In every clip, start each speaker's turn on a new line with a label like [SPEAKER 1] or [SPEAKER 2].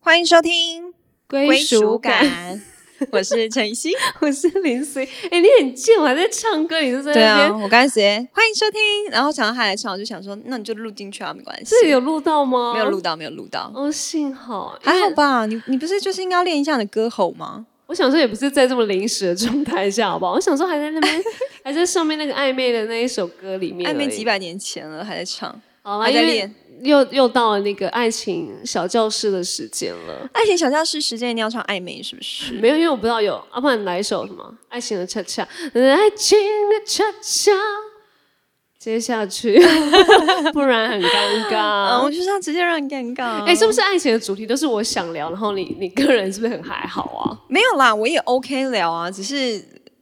[SPEAKER 1] 欢迎收听
[SPEAKER 2] 归属
[SPEAKER 1] 感，
[SPEAKER 2] 感，
[SPEAKER 1] 我是陈曦。
[SPEAKER 2] 我是林思雨。哎、你很贱，我还在唱歌，你就在那
[SPEAKER 1] 对啊，
[SPEAKER 2] 边，
[SPEAKER 1] 我刚才直接欢迎收听，然后想到他来唱，我就想说，那你就录进去啊，没关系。
[SPEAKER 2] 这里有录到吗？
[SPEAKER 1] 没有录。到，没有录到，
[SPEAKER 2] 哦，幸好，
[SPEAKER 1] 还
[SPEAKER 2] 因
[SPEAKER 1] 好
[SPEAKER 2] 为
[SPEAKER 1] 吧？你你不是就是应该要练一下你的歌喉吗？
[SPEAKER 2] 我想说也不是在这么临时的状态下，好不好？我想说还在 那边，还在上面那个暧昧的那一首歌里面而
[SPEAKER 1] 暧
[SPEAKER 2] 已，
[SPEAKER 1] 昧几百年前了，还在唱。
[SPEAKER 2] 好了，
[SPEAKER 1] 还
[SPEAKER 2] 因
[SPEAKER 1] 在
[SPEAKER 2] 为
[SPEAKER 1] 练
[SPEAKER 2] 又又到了那个爱情小教室的时间了。
[SPEAKER 1] 爱情小教室时间一定要唱暧昧，是不是？
[SPEAKER 2] 没有，因为我不知道有，要、不然来一首什么《爱情的恰恰》，爱情的恰恰，接下 去，不然很尴
[SPEAKER 1] 嗯，
[SPEAKER 2] 尬。
[SPEAKER 1] 我就是要直接让你尴尬。
[SPEAKER 2] 哎、是不是爱情的主题都是我想聊，然后你 你个人是不是很还好啊？
[SPEAKER 1] 没有啦，我也 OK 聊啊，只是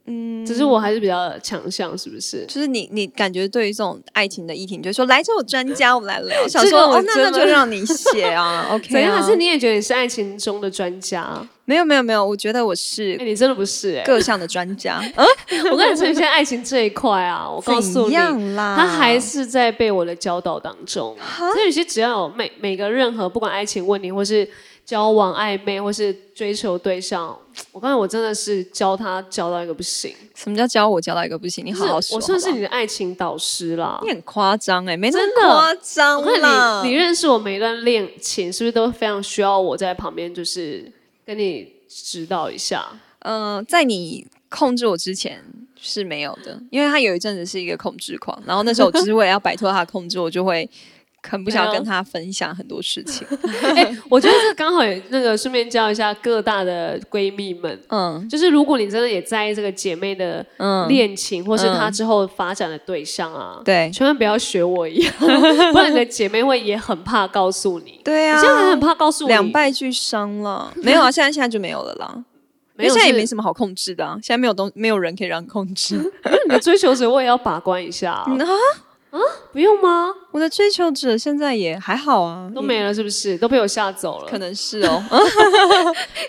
[SPEAKER 1] 嗯，
[SPEAKER 2] 只是我还是比较强项，是不是？
[SPEAKER 1] 就是你你感觉对于这种爱情的议题，你就说来这有专家，我们来聊。想
[SPEAKER 2] 这个
[SPEAKER 1] 说
[SPEAKER 2] 我
[SPEAKER 1] 哦，那那
[SPEAKER 2] 真的
[SPEAKER 1] 就让你写啊，OK 啊。
[SPEAKER 2] 怎样？还是你也觉得你是爱情中的专家？
[SPEAKER 1] 没有没有没有，我觉得我是
[SPEAKER 2] 哎、你真的不是 哎、
[SPEAKER 1] 各项的专 家。嗯
[SPEAKER 2] 我跟你说，现在爱情这一 块啊，我告诉
[SPEAKER 1] 怎
[SPEAKER 2] 你，
[SPEAKER 1] 样啊啦？
[SPEAKER 2] 他还是在被我的教导当中。所以有些只要有每每个任何不管爱情问题，或是交往暧昧，或是追求对象，我发现我真的是教他教到一个不行。
[SPEAKER 1] 什么叫教我教到一个不行？你好好
[SPEAKER 2] 就是
[SPEAKER 1] 说。
[SPEAKER 2] 我算是
[SPEAKER 1] 好不
[SPEAKER 2] 你的爱情导师啦
[SPEAKER 1] 好你。很夸张哎，没那
[SPEAKER 2] 真
[SPEAKER 1] 么
[SPEAKER 2] 的
[SPEAKER 1] 夸
[SPEAKER 2] 我
[SPEAKER 1] 张啦
[SPEAKER 2] 看你，你认识我每一段恋情，是不是都非常需要我在旁边，就是跟你指导 一下？
[SPEAKER 1] 嗯，在你控制我之前是没有的，因为他有一阵子是一个控制狂，然后那时候我就是为了要摆脱他的控制，我就会很不想要
[SPEAKER 2] 没有
[SPEAKER 1] 跟他分享很多事情。
[SPEAKER 2] 哎、我觉得这刚好也那个顺便教一下各大的闺蜜们，
[SPEAKER 1] 嗯
[SPEAKER 2] 就是如果你真的也在意这个姐妹的
[SPEAKER 1] 嗯，
[SPEAKER 2] 恋情，或是她
[SPEAKER 1] 嗯
[SPEAKER 2] 之后发展的对象啊，
[SPEAKER 1] 对
[SPEAKER 2] 千万不要学 我一样，不然你的姐妹会也很怕告诉你。
[SPEAKER 1] 对
[SPEAKER 2] 你
[SPEAKER 1] 啊，
[SPEAKER 2] 现在还很怕告诉你，
[SPEAKER 1] 两败俱伤了。没有啊，现在现在就没有了啦，因
[SPEAKER 2] 没
[SPEAKER 1] 为
[SPEAKER 2] 有，
[SPEAKER 1] 现在也没
[SPEAKER 2] 是
[SPEAKER 1] 什么好控制的啊，现在没有东没有人可以让你控制。
[SPEAKER 2] 因为你的追求者，我也要把关一下啊、
[SPEAKER 1] 嗯啊，
[SPEAKER 2] 不用吗？
[SPEAKER 1] 我的追求者现在也还好啊，
[SPEAKER 2] 都
[SPEAKER 1] 也
[SPEAKER 2] 没了是不是？都被我吓走了。
[SPEAKER 1] 可能是 哦，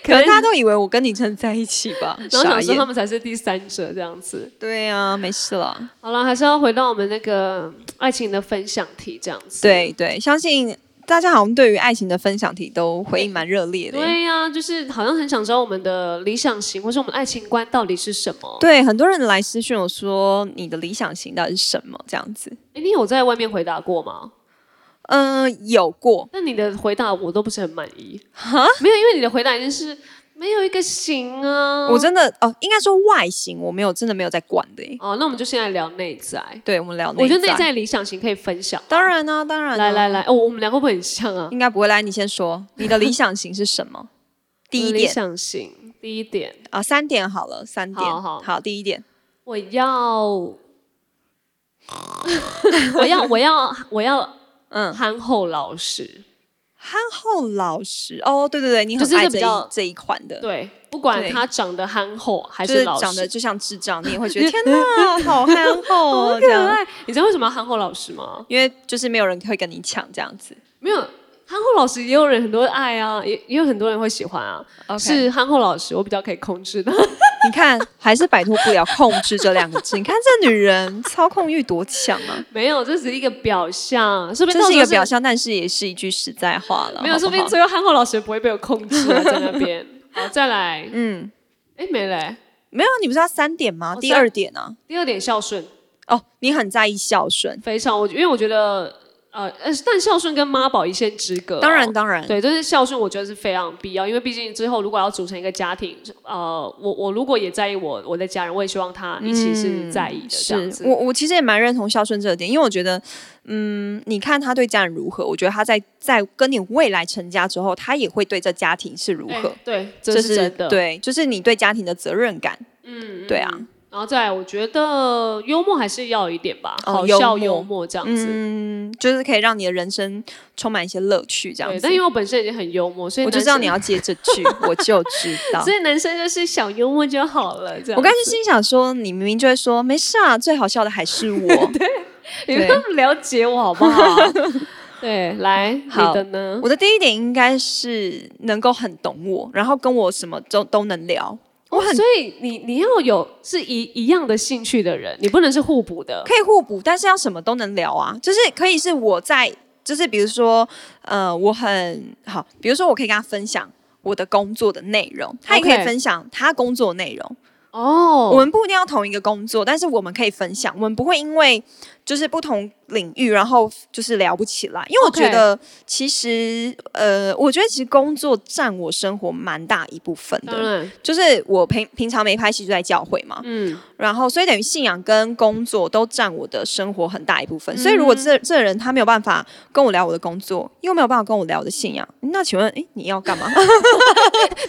[SPEAKER 1] 可能大家都以为我跟你真的在一起吧，
[SPEAKER 2] 然
[SPEAKER 1] 傻
[SPEAKER 2] 后想说他
[SPEAKER 1] 眼。
[SPEAKER 2] 们才是第三者这样子。
[SPEAKER 1] 对啊，没事了。
[SPEAKER 2] 好了，还是要回到我们那个嗯爱情的分享题这样子。
[SPEAKER 1] 对对，相信大家好像对于爱情的分享题都回应蛮热烈的耶。欸
[SPEAKER 2] 对呀、就是好像很想知道我们的理想型或是我们的爱情观到底是什么。
[SPEAKER 1] 对，很多人来私讯我说你的理想型到底是什么？这样子，
[SPEAKER 2] 哎，你有在外面回答过吗？
[SPEAKER 1] 嗯、有过，
[SPEAKER 2] 但你的回答我都不是很满意。没有，因为你的回答一定是没有一个行啊。
[SPEAKER 1] 我真的哦、应该说外形我没有真的没有在管的耶。
[SPEAKER 2] 哦，那我们就先来聊内在。
[SPEAKER 1] 对，我们聊内
[SPEAKER 2] 我觉得内
[SPEAKER 1] 在，
[SPEAKER 2] 在理想型可以分享。
[SPEAKER 1] 当然呢、当然、啊
[SPEAKER 2] 来来，来，哦，我们两个会不会很像啊？
[SPEAKER 1] 应该不会来。你先说，你的理想型是什 么？第一
[SPEAKER 2] 理
[SPEAKER 1] 点
[SPEAKER 2] 想型，第一点，
[SPEAKER 1] 啊，三点好了，三点，
[SPEAKER 2] 好好
[SPEAKER 1] 第一点，
[SPEAKER 2] 我要，我要，我要，我要
[SPEAKER 1] 嗯，
[SPEAKER 2] 憨厚老实。
[SPEAKER 1] 憨厚老实哦，对对对，你
[SPEAKER 2] 就
[SPEAKER 1] 很
[SPEAKER 2] 是一
[SPEAKER 1] 爱
[SPEAKER 2] 个
[SPEAKER 1] 这
[SPEAKER 2] 比
[SPEAKER 1] 一
[SPEAKER 2] 较
[SPEAKER 1] 这一款的，
[SPEAKER 2] 对，不管
[SPEAKER 1] 对
[SPEAKER 2] 他长得憨厚还
[SPEAKER 1] 就是是
[SPEAKER 2] 老实，
[SPEAKER 1] 长得就像智障，你也会觉 得天哪，好憨厚哦，这
[SPEAKER 2] 可
[SPEAKER 1] 样，
[SPEAKER 2] 爱。你知道为什么要憨厚老实吗？
[SPEAKER 1] 因为就是没有人会跟你抢这样子。
[SPEAKER 2] 没有，憨厚老实也有人很多爱啊，也也有很多人会喜欢啊。
[SPEAKER 1] OK，
[SPEAKER 2] 是憨厚老实，我比较可以控制的。
[SPEAKER 1] 你看还是摆脱不了控制这两个字。你看这女人操控欲多强啊！
[SPEAKER 2] 没有，这只是一个表象，说不定
[SPEAKER 1] 这
[SPEAKER 2] 到
[SPEAKER 1] 是
[SPEAKER 2] 时
[SPEAKER 1] 一
[SPEAKER 2] 候
[SPEAKER 1] 个表象，但是也是一句实在话了。
[SPEAKER 2] 没有，
[SPEAKER 1] 好
[SPEAKER 2] 说
[SPEAKER 1] 不
[SPEAKER 2] 不定
[SPEAKER 1] 好
[SPEAKER 2] 最后憨厚老实不会被我控制啊，在那 边。好，再来，
[SPEAKER 1] 嗯，
[SPEAKER 2] 哎，没了欸。
[SPEAKER 1] 没有，你不是要三点吗？
[SPEAKER 2] 我
[SPEAKER 1] 第
[SPEAKER 2] 哦三
[SPEAKER 1] 二点啊，
[SPEAKER 2] 第二点，孝顺，
[SPEAKER 1] 哦，你很在意孝顺，
[SPEAKER 2] 非常，我因为我觉得，呃，呃但孝顺跟妈宝一线之隔哦、
[SPEAKER 1] 当然当然，
[SPEAKER 2] 对，就是孝顺，我觉得是非常必要，因为毕竟之后如果要组成一个家庭，呃，我我如果也在意我我的家人，我也希望他一起是在意的，这
[SPEAKER 1] 嗯
[SPEAKER 2] 样
[SPEAKER 1] 是
[SPEAKER 2] 子。
[SPEAKER 1] 我我其实也蛮认同孝顺这个点，因为我觉得，嗯，你看他对家人如何，我觉得他在在跟你未来成家之后，他也会对这家庭是如
[SPEAKER 2] 哎
[SPEAKER 1] 何，
[SPEAKER 2] 对，
[SPEAKER 1] 这、
[SPEAKER 2] 这
[SPEAKER 1] 是
[SPEAKER 2] 是真的。
[SPEAKER 1] 对，就是你对家庭的责任感，
[SPEAKER 2] 嗯，
[SPEAKER 1] 对啊
[SPEAKER 2] 嗯。然后再来，我觉得幽默还是要有一点吧，
[SPEAKER 1] 哦
[SPEAKER 2] 好
[SPEAKER 1] 幽
[SPEAKER 2] 笑
[SPEAKER 1] 默
[SPEAKER 2] 幽默这样子。
[SPEAKER 1] 嗯，就是可以让你的人生充满一些乐趣，这样
[SPEAKER 2] 对，
[SPEAKER 1] 子。
[SPEAKER 2] 但因为我本身已经很幽默，所以
[SPEAKER 1] 我就
[SPEAKER 2] 男
[SPEAKER 1] 知道
[SPEAKER 2] 生
[SPEAKER 1] 你，要接这句，我就知道
[SPEAKER 2] 所。以男生 就是小幽默就好了。这样子，
[SPEAKER 1] 我刚才心想说，你明明就会说没事啊，最好笑的还是 我。
[SPEAKER 2] 你
[SPEAKER 1] 对
[SPEAKER 2] 们了解我好 不好？对，来，你
[SPEAKER 1] 好
[SPEAKER 2] 的呢？
[SPEAKER 1] 我的第一点应该是能够很懂我，然后跟我什么都都能聊。我很
[SPEAKER 2] 所以你你要有是一一样的兴趣的人，你不能是互补的。
[SPEAKER 1] 可以互补，但是要什么都能聊啊，就是可以是我在就是比如说，呃，我很好，比如说我可以跟他分享我的工作的内容，他也可以
[SPEAKER 2] OK
[SPEAKER 1] 分享他工作的内容。
[SPEAKER 2] 哦，
[SPEAKER 1] 我们不一定要同一个工作，但是我们可以分享，我们不会因为就是不同领域，然后就是聊不起来。因为我
[SPEAKER 2] OK
[SPEAKER 1] 觉得其实呃，我觉得其实工作占我生活蛮大一部分
[SPEAKER 2] 当
[SPEAKER 1] 的。
[SPEAKER 2] 然，
[SPEAKER 1] 就是我平平常没拍戏就在教会嘛，
[SPEAKER 2] 嗯，
[SPEAKER 1] 然后所以等于信仰跟工作都占我的生活很大一部分。所以如果这这人他没有办法跟我聊我的工作，又没有办法跟我聊我的信仰，那请问诶你要干嘛？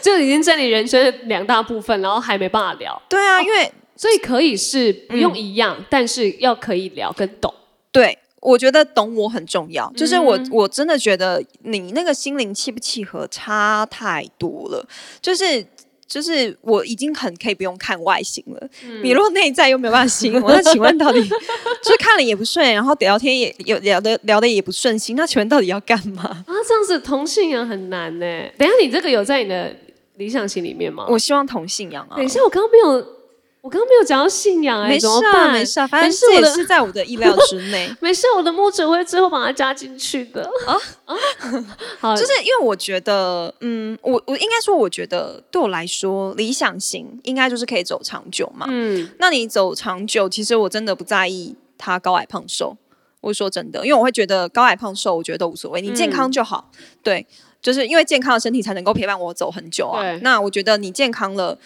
[SPEAKER 2] 这已经占你人生的两大部分，然后还没办法聊，
[SPEAKER 1] 对啊，因为
[SPEAKER 2] 所以可以是不用一样，但是要可以聊跟懂。
[SPEAKER 1] 对，我觉得懂我很重要。就是我，
[SPEAKER 2] 嗯
[SPEAKER 1] 我真的觉得你那个心灵契不契合差太多了。就是，就是我已经很可以不用看外形了。
[SPEAKER 2] 嗯
[SPEAKER 1] 你如果内在又没有办法吸引我，那请问到底就是看了也不顺，然后聊天也有聊的聊的也不顺心，那请问到底要干嘛？
[SPEAKER 2] 啊，这样子同性啊很难呢、等一下你这个有在你的理想型里面吗？
[SPEAKER 1] 我希望同信仰啊
[SPEAKER 2] 等一。下，我哦刚刚没有，我刚刚没有讲到信仰哎、
[SPEAKER 1] 没事
[SPEAKER 2] 怎么
[SPEAKER 1] 啊，
[SPEAKER 2] 办？
[SPEAKER 1] 没事啊，反正
[SPEAKER 2] 没事
[SPEAKER 1] 这
[SPEAKER 2] 我
[SPEAKER 1] 也
[SPEAKER 2] 的
[SPEAKER 1] 是在我的意料之内。
[SPEAKER 2] 没事，我的牧者会最后把它加进去的啊啊！好，
[SPEAKER 1] 就是因为我觉得，嗯，我我应该说，我觉得对我来说，理想型应该就是可以走长久嘛。
[SPEAKER 2] 嗯，
[SPEAKER 1] 那你走长久，其实我真的不在意他高矮胖瘦。我说真的，因为我会觉得高矮胖瘦，我觉得都无所谓，你健
[SPEAKER 2] 嗯
[SPEAKER 1] 康就好。对，就是因为健康的身体才能够陪伴我走很久啊
[SPEAKER 2] 对。
[SPEAKER 1] 那我觉得你健康了，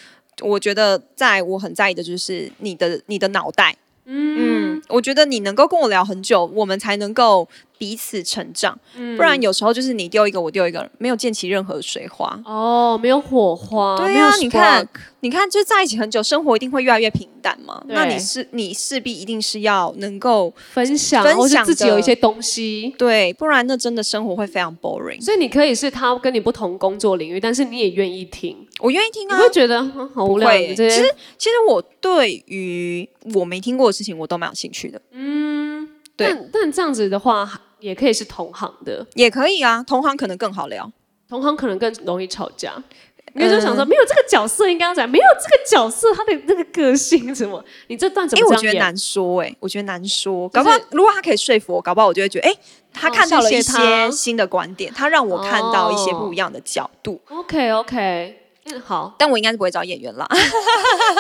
[SPEAKER 1] 我觉得在我很在意的就是你的你的脑袋。嗯，我觉得你能够跟我聊很久，我们才能够彼此成长。不然
[SPEAKER 2] 嗯
[SPEAKER 1] 有时候就是你丢一个，我丢一个，没有溅起任何水花。
[SPEAKER 2] 哦，没有火花，
[SPEAKER 1] 对
[SPEAKER 2] 没有
[SPEAKER 1] 啊你看
[SPEAKER 2] spark，
[SPEAKER 1] 你看，就在一起很久，生活一定会越来越平淡嘛。
[SPEAKER 2] 对
[SPEAKER 1] 那你是你势必一定是要能够
[SPEAKER 2] 分享，
[SPEAKER 1] 分
[SPEAKER 2] 或是
[SPEAKER 1] 享
[SPEAKER 2] 自己
[SPEAKER 1] 的
[SPEAKER 2] 有一些东西。
[SPEAKER 1] 对，不然那真的生活会非常 boring。
[SPEAKER 2] 所以你可以是他跟你不同工作领域，但是你也愿意听，
[SPEAKER 1] 我愿意听
[SPEAKER 2] 你
[SPEAKER 1] 啊
[SPEAKER 2] 会。觉得嗯好无聊。
[SPEAKER 1] 不会
[SPEAKER 2] 你这
[SPEAKER 1] 其
[SPEAKER 2] 些
[SPEAKER 1] 其实我对于我没听过的事情，我都蛮有兴趣的。对
[SPEAKER 2] 但但这样子的话，也可以是同行的，
[SPEAKER 1] 也可以啊，同行可能更好聊。
[SPEAKER 2] 同行可能更容易吵架。因为就想
[SPEAKER 1] 呃
[SPEAKER 2] 说，没有这个角色应该要讲，没有这个角色他的那个个性怎么，你这段怎
[SPEAKER 1] 哎、
[SPEAKER 2] 么
[SPEAKER 1] 我
[SPEAKER 2] 这
[SPEAKER 1] 觉得
[SPEAKER 2] 样演？
[SPEAKER 1] 难说、哎，我觉得难说。搞不好如果他可以说服我，搞不好我就会觉得，哎、他
[SPEAKER 2] 哦
[SPEAKER 1] 看到了
[SPEAKER 2] 谢
[SPEAKER 1] 一
[SPEAKER 2] 谢他
[SPEAKER 1] 些新的观点，他让我看到一些
[SPEAKER 2] 哦
[SPEAKER 1] 不一样的角度。
[SPEAKER 2] OK OK，嗯， 好，
[SPEAKER 1] 但我应该是不会找演员啦。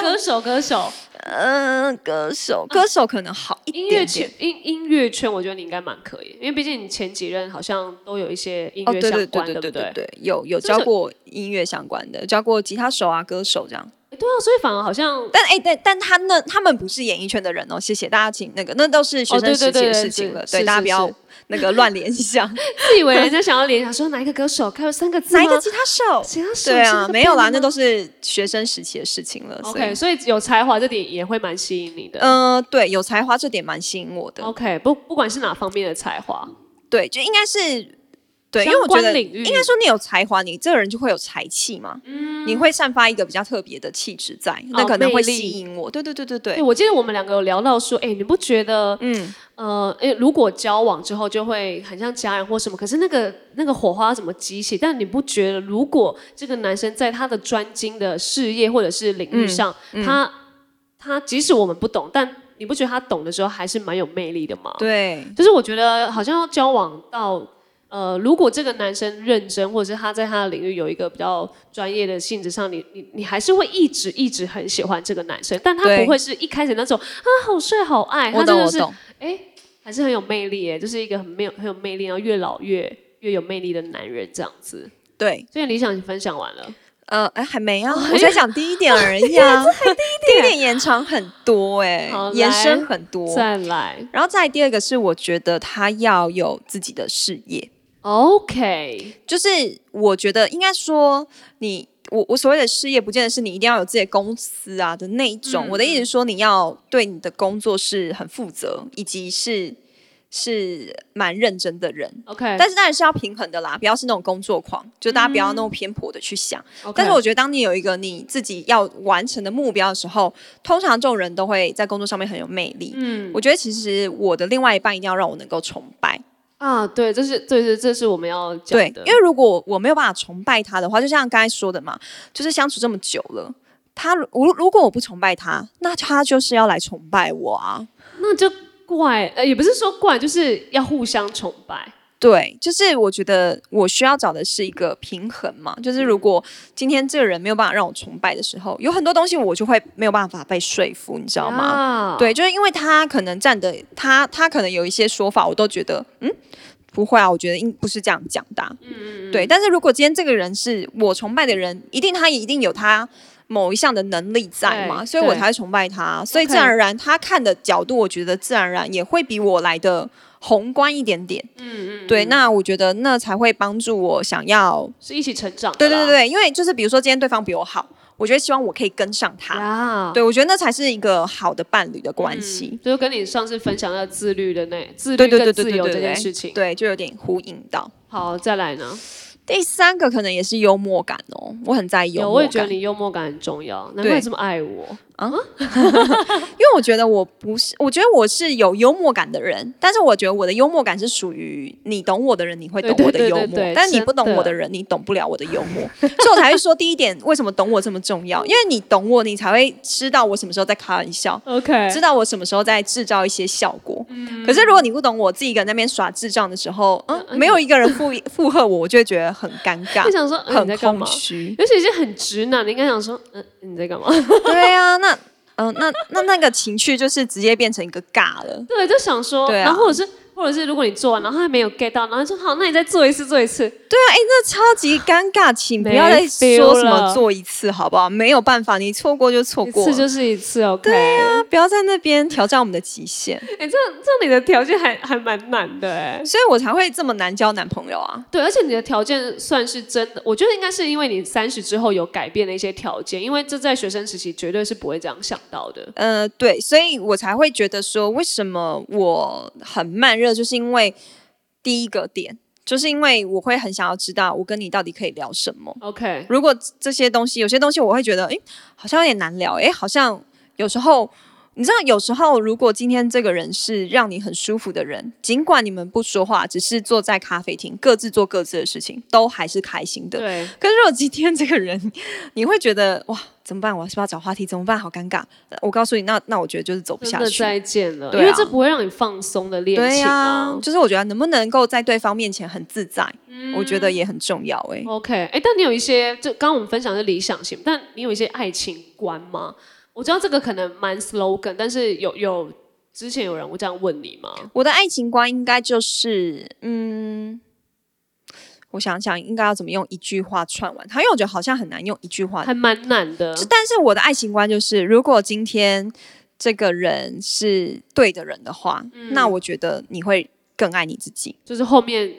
[SPEAKER 2] 歌手歌手，
[SPEAKER 1] 嗯，歌手歌手可能好一
[SPEAKER 2] 音
[SPEAKER 1] 点
[SPEAKER 2] 乐
[SPEAKER 1] 点。
[SPEAKER 2] 圈音音乐圈，我觉得你应该蛮可以，因为毕竟你前几任好像都有一些音
[SPEAKER 1] 哦，
[SPEAKER 2] 乐
[SPEAKER 1] 对
[SPEAKER 2] 相
[SPEAKER 1] 对
[SPEAKER 2] 关，
[SPEAKER 1] 对
[SPEAKER 2] 不
[SPEAKER 1] 对对
[SPEAKER 2] 对？
[SPEAKER 1] 对，有有
[SPEAKER 2] 是不
[SPEAKER 1] 教
[SPEAKER 2] 是
[SPEAKER 1] 过音乐相关的，教过吉他手啊、歌手这样。
[SPEAKER 2] 诶对啊，所以反而好像
[SPEAKER 1] 但哎，但但他那他们不是演艺圈的人哦，谢谢大家，请那个那都是学
[SPEAKER 2] 哦
[SPEAKER 1] 生
[SPEAKER 2] 对
[SPEAKER 1] 时期
[SPEAKER 2] 对对
[SPEAKER 1] 的
[SPEAKER 2] 对
[SPEAKER 1] 事情
[SPEAKER 2] 是
[SPEAKER 1] 了，
[SPEAKER 2] 是
[SPEAKER 1] 对大
[SPEAKER 2] 是
[SPEAKER 1] 家不要
[SPEAKER 2] 是
[SPEAKER 1] 那个乱联 想。
[SPEAKER 2] 自以为人家想要联想说哪一个歌手，看有三个字
[SPEAKER 1] 哪一个
[SPEAKER 2] 吗？
[SPEAKER 1] 吉他手？
[SPEAKER 2] 谁要手
[SPEAKER 1] 对
[SPEAKER 2] 是那
[SPEAKER 1] 啊，
[SPEAKER 2] 个
[SPEAKER 1] 没有啦，
[SPEAKER 2] band
[SPEAKER 1] 那
[SPEAKER 2] 吗
[SPEAKER 1] 都是学生时期的事情了。所以
[SPEAKER 2] OK，所以有才华这点也会蛮吸引你的。
[SPEAKER 1] 嗯、对，有才华这点蛮吸引我的。
[SPEAKER 2] OK，不不管是哪方面的才华，
[SPEAKER 1] 对，就应该是对，因
[SPEAKER 2] 相
[SPEAKER 1] 为我觉
[SPEAKER 2] 关
[SPEAKER 1] 得
[SPEAKER 2] 领域
[SPEAKER 1] 应该说你有才华，你这个人就会有才气嘛，你会散发一个比较特别的气质在，那
[SPEAKER 2] 嗯哦
[SPEAKER 1] 可能
[SPEAKER 2] 魅
[SPEAKER 1] 会
[SPEAKER 2] 力
[SPEAKER 1] 吸引我。对对对对
[SPEAKER 2] 对
[SPEAKER 1] 对，
[SPEAKER 2] 我记得我们两个有聊到说，哎、你不觉得，
[SPEAKER 1] 嗯，
[SPEAKER 2] 呃，哎、如果交往之后就会很像家人或什么，可是那个那个火花怎么激起？但你不觉得，如果这个男生在他的专精的事业或者是领域上，
[SPEAKER 1] 嗯
[SPEAKER 2] 他他即使我们不懂，但你不觉得他懂的时候还是蛮有魅力的吗？
[SPEAKER 1] 对，
[SPEAKER 2] 就是我觉得好像要交往到呃，如果这个男生认真，或者是他在他的领域有一个比较专业的性质上，你你你还是会一直一直很喜欢这个男生，但他
[SPEAKER 1] 对
[SPEAKER 2] 不会是一开始那种啊好帅好爱，
[SPEAKER 1] 我
[SPEAKER 2] 哎他真
[SPEAKER 1] 懂
[SPEAKER 2] 的
[SPEAKER 1] 我
[SPEAKER 2] 是哎
[SPEAKER 1] 懂。
[SPEAKER 2] 还是很有魅力耶，就是一个很没有很有魅力，然后越老越越有魅力的男人这样子。
[SPEAKER 1] 对，
[SPEAKER 2] 所以理想你分享完了，
[SPEAKER 1] 呃，哎，还没
[SPEAKER 2] 哦
[SPEAKER 1] 啊，我在讲第一点而已 啊，第一点延长很多哎、
[SPEAKER 2] 好
[SPEAKER 1] 延伸
[SPEAKER 2] 来
[SPEAKER 1] 很多。
[SPEAKER 2] 再来
[SPEAKER 1] 然后再来第二个是，我觉得他要有自己的事业，
[SPEAKER 2] ，OK，
[SPEAKER 1] 就是我觉得应该说你。我我所谓的事业，不见得是你一定要有自己的公司啊的那一种。我的意思是说，你要对你的工作是很负责，以及是是蛮认真的人。
[SPEAKER 2] OK，
[SPEAKER 1] 但是当然是要平衡的啦，不要是那种工作狂，就大家不要那么偏颇的去想。
[SPEAKER 2] OK
[SPEAKER 1] 但是我觉得，当你有一个你自己要完成的目标的时候，通常这种人都会在工作上面很有魅力。嗯，我觉得其实我的另外一半一定要让我能够崇拜。
[SPEAKER 2] 啊，对，这是对对，这是我们要讲
[SPEAKER 1] 对，
[SPEAKER 2] 的，
[SPEAKER 1] 因为如果我没有办法崇拜他的话，就像刚才说的嘛，就是相处这么久了，他如如如果我不崇拜他，那他就是要来崇拜我啊。
[SPEAKER 2] 那就怪，呃，也不是说怪，就是要互相崇拜。
[SPEAKER 1] 对，就是我觉得我需要找的是一个平衡嘛，就是如果今天这个人没有办法让我崇拜的时候，有很多东西我就会没有办法被说服，你知道吗？
[SPEAKER 2] 啊，
[SPEAKER 1] 对，就是因为他可能站的他他可能有一些说法，我都觉得嗯不会啊，我觉得应不是这样讲的啊、
[SPEAKER 2] 嗯，嗯
[SPEAKER 1] 对，，但是如果今天这个人是我崇拜的人，一定他也一定有他某一项的能力在嘛，
[SPEAKER 2] 对
[SPEAKER 1] 所以我
[SPEAKER 2] 对
[SPEAKER 1] 才会崇拜他。所以自
[SPEAKER 2] OK
[SPEAKER 1] 然而然，他看的角度，我觉得自然而然也会比我来的宏观一点点。
[SPEAKER 2] 嗯嗯，
[SPEAKER 1] 对，
[SPEAKER 2] 嗯
[SPEAKER 1] 那我觉得那才会帮助我想要。
[SPEAKER 2] 是一起成长的
[SPEAKER 1] 对
[SPEAKER 2] 啦，
[SPEAKER 1] 对对对，因为就是比如说今天对方比我好，我觉得希望我可以跟上
[SPEAKER 2] 啊
[SPEAKER 1] 他。
[SPEAKER 2] 呀，
[SPEAKER 1] 对，我觉得那才是一个好的伴侣的关
[SPEAKER 2] 嗯
[SPEAKER 1] 系。
[SPEAKER 2] 就跟你上次分享要自律的那自
[SPEAKER 1] 对
[SPEAKER 2] 律
[SPEAKER 1] 对对
[SPEAKER 2] 跟
[SPEAKER 1] 对
[SPEAKER 2] 自
[SPEAKER 1] 对
[SPEAKER 2] 由
[SPEAKER 1] 对
[SPEAKER 2] 这件
[SPEAKER 1] 对
[SPEAKER 2] 事情。
[SPEAKER 1] 对，就有点呼应到。
[SPEAKER 2] 好，再来呢？
[SPEAKER 1] 第三个可能也是幽默感哦，我很在意幽
[SPEAKER 2] 有，
[SPEAKER 1] 默
[SPEAKER 2] 我
[SPEAKER 1] 感，
[SPEAKER 2] 也觉得你幽默感很重要，难
[SPEAKER 1] 对
[SPEAKER 2] 怪你这么爱我。
[SPEAKER 1] 因为我觉得我不是，我觉得我是有幽默感的人，但是我觉得我的幽默感是属于你懂我的人，你会懂
[SPEAKER 2] 对对
[SPEAKER 1] 我的
[SPEAKER 2] 对
[SPEAKER 1] 幽
[SPEAKER 2] 对
[SPEAKER 1] 默
[SPEAKER 2] 对，
[SPEAKER 1] 但你
[SPEAKER 2] 真
[SPEAKER 1] 不懂我
[SPEAKER 2] 的
[SPEAKER 1] 的人，你懂不了我的幽默，所以我才会说第一点，为什么懂我这么重要？因为你懂我，你才会知道我什么时候在开玩笑，
[SPEAKER 2] OK，
[SPEAKER 1] 知道我什么时候在制造一些效果。
[SPEAKER 2] 嗯
[SPEAKER 1] 可是如果你不懂我自己一个人在那边耍智障的时候，嗯，没有一个人附附和我，我就会觉得很尴尬
[SPEAKER 2] 就。想说，呃、你在
[SPEAKER 1] 啊很
[SPEAKER 2] 干嘛
[SPEAKER 1] 空？虚，
[SPEAKER 2] 尤其是很直男，你应该想说，嗯、你在干嘛？
[SPEAKER 1] 对啊，那嗯、那那那个情绪就是直接变成一个尬了。
[SPEAKER 2] 对，就想说，
[SPEAKER 1] 对啊
[SPEAKER 2] 然后或者是，或者是，如果你做完，然后他还没有 get 到，然后就好，那你再做一次，做一次，
[SPEAKER 1] 对啊，哎、那超级尴尬，请不
[SPEAKER 2] 没
[SPEAKER 1] 要再
[SPEAKER 2] feel
[SPEAKER 1] 说什么
[SPEAKER 2] 了
[SPEAKER 1] 做一次好不好？没有办法，你错过就错
[SPEAKER 2] 一
[SPEAKER 1] 过
[SPEAKER 2] 次
[SPEAKER 1] 了，
[SPEAKER 2] 就是一次，OK。对啊，
[SPEAKER 1] 不要在那边挑战我们的极 限，
[SPEAKER 2] 哎、这样这样你的条件还还蛮难的哎、
[SPEAKER 1] 所以我才会这么难交男朋友啊。
[SPEAKER 2] 对，而且你的条件算是真的，我觉得应该是因为你三十之后有改变的一些条件，因为这在学生时期绝对是不会这样想到的。
[SPEAKER 1] 呃，对，所以我才会觉得说，为什么我很慢热，就是因为第一个点，就是因为我会很想要知道我跟你到底可以聊什么。
[SPEAKER 2] OK，
[SPEAKER 1] 如果这些东西，有些东西我会觉得，诶，好像有点难聊，诶，好像有时候，你知道，有时候如果今天这个人是让你很舒服的人，尽管你们不说话，只是坐在咖啡厅各自做各自的事情，都还是开心的。
[SPEAKER 2] 对，
[SPEAKER 1] 可是如果今天这个人，你会觉得哇，怎么办？我是不是要找话题？怎么办？好尴尬。呃我告诉你，那那我觉得就是走不
[SPEAKER 2] 真
[SPEAKER 1] 下
[SPEAKER 2] 的
[SPEAKER 1] 去。
[SPEAKER 2] 再见了，
[SPEAKER 1] 对
[SPEAKER 2] 因为
[SPEAKER 1] 啊
[SPEAKER 2] 这不会让你放松的恋
[SPEAKER 1] 对
[SPEAKER 2] 情
[SPEAKER 1] 呀、
[SPEAKER 2] 啊。
[SPEAKER 1] 就是我觉得能不能够在对方面前很自在，我觉得也很重要、诶。
[SPEAKER 2] OK，哎、但你有一些，就刚刚我们分享的是理想型，但你有一些爱情观吗？我知道这个可能蛮 slogan，但是有有之前有人会这样问你吗？
[SPEAKER 1] 我的爱情观应该就是，嗯，我想想应该要怎么用一句话串完它，因为我觉得好像很难用一句话。
[SPEAKER 2] 还蛮难的，
[SPEAKER 1] 就但是我的爱情观就是，如果今天这个人是对的人的话，
[SPEAKER 2] 嗯
[SPEAKER 1] 那我觉得你会更爱你自己，
[SPEAKER 2] 就是后面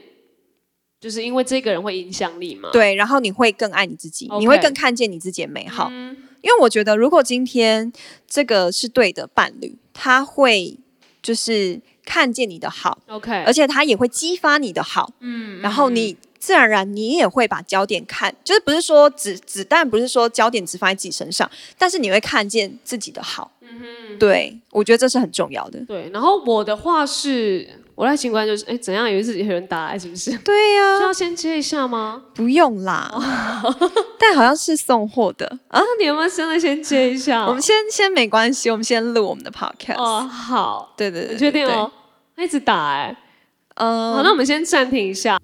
[SPEAKER 2] 就是因为这个人会影响你嘛。
[SPEAKER 1] 对，然后你会更爱你自己，你会
[SPEAKER 2] 嗯 OK
[SPEAKER 1] 更看见你自己的美好。
[SPEAKER 2] 嗯，
[SPEAKER 1] 因为我觉得，如果今天这个是对的伴侣，他会就是看见你的好，
[SPEAKER 2] OK，
[SPEAKER 1] 而且他也会激发你的好。
[SPEAKER 2] 嗯
[SPEAKER 1] 然后你自然而然你也会把焦点看，就是不是说只只但不是说焦点只放在自己身上，但是你会看见自己的好。
[SPEAKER 2] 嗯
[SPEAKER 1] 对，我觉得这是很重要的。
[SPEAKER 2] 对，然后我的话是，我的爱情观就是，哎，怎样？有一次有人打来，是不是？需
[SPEAKER 1] 对啊呀、
[SPEAKER 2] 要先接一下吗？
[SPEAKER 1] 不用啦，
[SPEAKER 2] 哦
[SPEAKER 1] 但好像是送货的。
[SPEAKER 2] 啊，那你有没有真的先接一 下？
[SPEAKER 1] 我们先先没关系，我们先录我们的 podcast。
[SPEAKER 2] 哦，好，
[SPEAKER 1] 对对对，
[SPEAKER 2] 你确定
[SPEAKER 1] 对？
[SPEAKER 2] 哦？他一直打哎，
[SPEAKER 1] 嗯，
[SPEAKER 2] 好，那我们先暂停一下。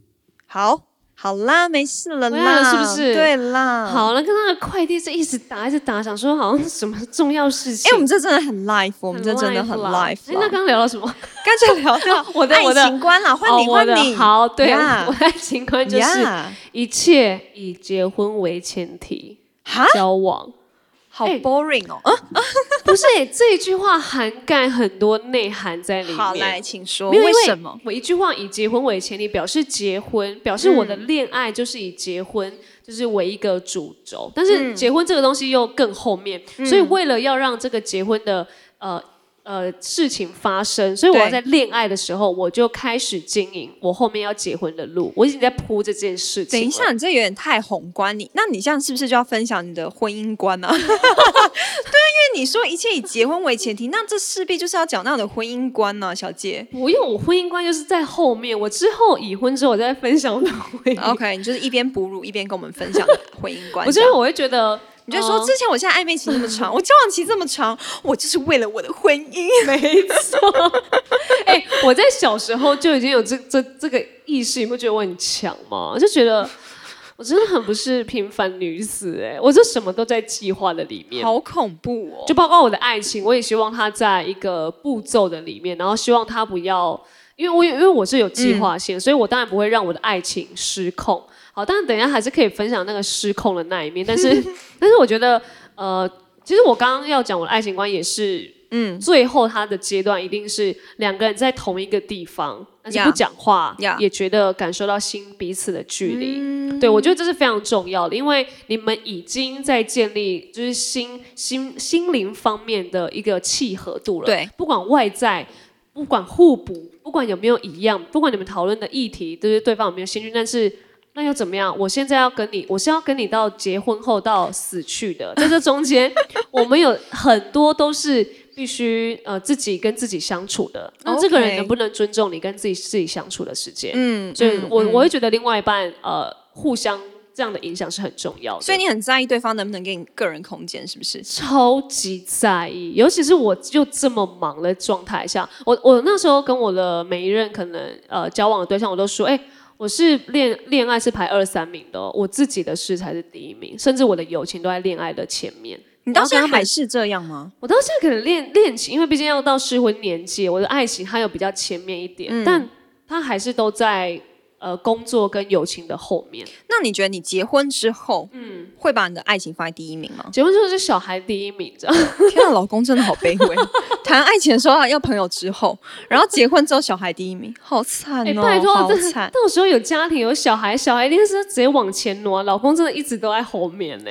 [SPEAKER 1] 好，好啦，没事了
[SPEAKER 2] 回来了
[SPEAKER 1] 啦，
[SPEAKER 2] 是不是
[SPEAKER 1] 对啦，。
[SPEAKER 2] 好，那跟那个快递是一直打，一直打，想说好像是什么重要事情。
[SPEAKER 1] 哎、我们这真的很 live，我
[SPEAKER 2] 我
[SPEAKER 1] 们这真的很 live
[SPEAKER 2] 哎，那
[SPEAKER 1] 啦。啊
[SPEAKER 2] 刚刚聊了什么？
[SPEAKER 1] 刚才聊到
[SPEAKER 2] 我的我的
[SPEAKER 1] 爱情观啦，换
[SPEAKER 2] 哦
[SPEAKER 1] 你
[SPEAKER 2] 我
[SPEAKER 1] 换
[SPEAKER 2] 的
[SPEAKER 1] 你，
[SPEAKER 2] 好，对，
[SPEAKER 1] 呀
[SPEAKER 2] 我的爱情观就是
[SPEAKER 1] 呀
[SPEAKER 2] 一切以结婚为前提
[SPEAKER 1] 哈，
[SPEAKER 2] 交往。
[SPEAKER 1] 好
[SPEAKER 2] 哎
[SPEAKER 1] boring 哦。嗯
[SPEAKER 2] 不是、这一句话涵盖很多内涵在里面。
[SPEAKER 1] 好，来，请说
[SPEAKER 2] 没有因
[SPEAKER 1] 为什么？？
[SPEAKER 2] 我一句话以结婚为前提，表示结婚，表示我的恋爱就是以结婚、
[SPEAKER 1] 嗯
[SPEAKER 2] 就是为一个主轴。但是结婚这个东西又更后面，
[SPEAKER 1] 嗯
[SPEAKER 2] 所以为了要让这个结婚的呃呃事情发生，所以我要
[SPEAKER 1] 对
[SPEAKER 2] 在恋爱的时候我就开始经营我后面要结婚的路，我已经在铺这件事情。
[SPEAKER 1] 等一，下，你这 啊有点太宏观，你那你这样是不是就要分享你的婚姻观呢、啊？对，因为你说一切以结婚为前提，那这势必就是要讲到你的婚姻观呢、小姐。
[SPEAKER 2] 不用，我婚姻观就是在后面，我之后已婚之后我再分享我的婚姻。
[SPEAKER 1] OK，你就是一边哺乳一边跟我们分享你的婚姻观。
[SPEAKER 2] 我觉
[SPEAKER 1] 这
[SPEAKER 2] 得
[SPEAKER 1] 样
[SPEAKER 2] 我会觉得，
[SPEAKER 1] 你就说，
[SPEAKER 2] 呃
[SPEAKER 1] 之前我现在暧昧期这么长，我交往期这么长，我就是为了我的婚 姻。
[SPEAKER 2] 没错。 哎、我在小时候就已经有这这这个意识，你不觉得我很强吗？就觉得我真的很不是平凡女子、哎，我就什么都在计划的里面。
[SPEAKER 1] 好恐怖哦！
[SPEAKER 2] 就包括我的爱情，我也希望它在一个步骤的里面，然后希望它不要，因为我有因为我是有计划性，所以我当然不会让我的爱情失控。好，当然等一下还是可以分享那个失控的那一面，但是但是我觉得呃，其实我刚刚要讲我的爱情观也是，嗯，最后它的阶段一定是两个人在同一个地方，但是不
[SPEAKER 1] Yeah
[SPEAKER 2] 讲话
[SPEAKER 1] Yeah
[SPEAKER 2] 也觉得感受到心彼此的距离。对，我
[SPEAKER 1] 嗯
[SPEAKER 2] 觉得这是非常重要的，因为你们已经在建立就是心心心灵方面的一个契合度了。
[SPEAKER 1] 对，
[SPEAKER 2] 不管外在，不管互补，不管有没有一样，不管你们讨论的议题，就是对方有没有兴趣，但是那又怎么样？我现在要跟你，我是要跟你到结婚后到死去的，在这中间，我们有很多都是必须呃自己跟自己相处的。那这个人
[SPEAKER 1] OK
[SPEAKER 2] 能不能尊重你跟自己自己相处的时间？
[SPEAKER 1] 嗯，
[SPEAKER 2] 所以
[SPEAKER 1] 嗯
[SPEAKER 2] 我、
[SPEAKER 1] 嗯
[SPEAKER 2] 我会觉得另外一半呃互相这样的影响是很重要的，
[SPEAKER 1] 所以你很在意对方能不能给你个人空间，是不是？
[SPEAKER 2] 超级在意，尤其是我就这么忙的状态下，我我那时候跟我的每一任可能呃交往的对象，我都说，哎、我是恋恋爱是排二三名的哦、我自己的事才是第一名，甚至我的友情都在恋爱的前面。
[SPEAKER 1] 你到
[SPEAKER 2] 然后跟
[SPEAKER 1] 现在
[SPEAKER 2] 他们
[SPEAKER 1] 还是这样吗？
[SPEAKER 2] 我到现在可能恋恋情，因为毕竟要到适婚年纪，我的爱情它有比较前面一点，
[SPEAKER 1] 嗯
[SPEAKER 2] 但它还是都在呃工作跟友情的后面。？
[SPEAKER 1] 那你觉得你结婚之后，嗯，会把你的爱情放在第一名吗
[SPEAKER 2] 结婚之后是小孩第一名，这样
[SPEAKER 1] 天啊，老公真的好卑微。 谈爱情的时候要朋友之后，然后结婚之后小孩第一名，好惨
[SPEAKER 2] 哎、
[SPEAKER 1] 哦，
[SPEAKER 2] 拜托，
[SPEAKER 1] 好
[SPEAKER 2] 真的
[SPEAKER 1] 惨。
[SPEAKER 2] 到时候有家庭有小孩，小孩一定是直接往前挪，老公真的一直都在后面 呢，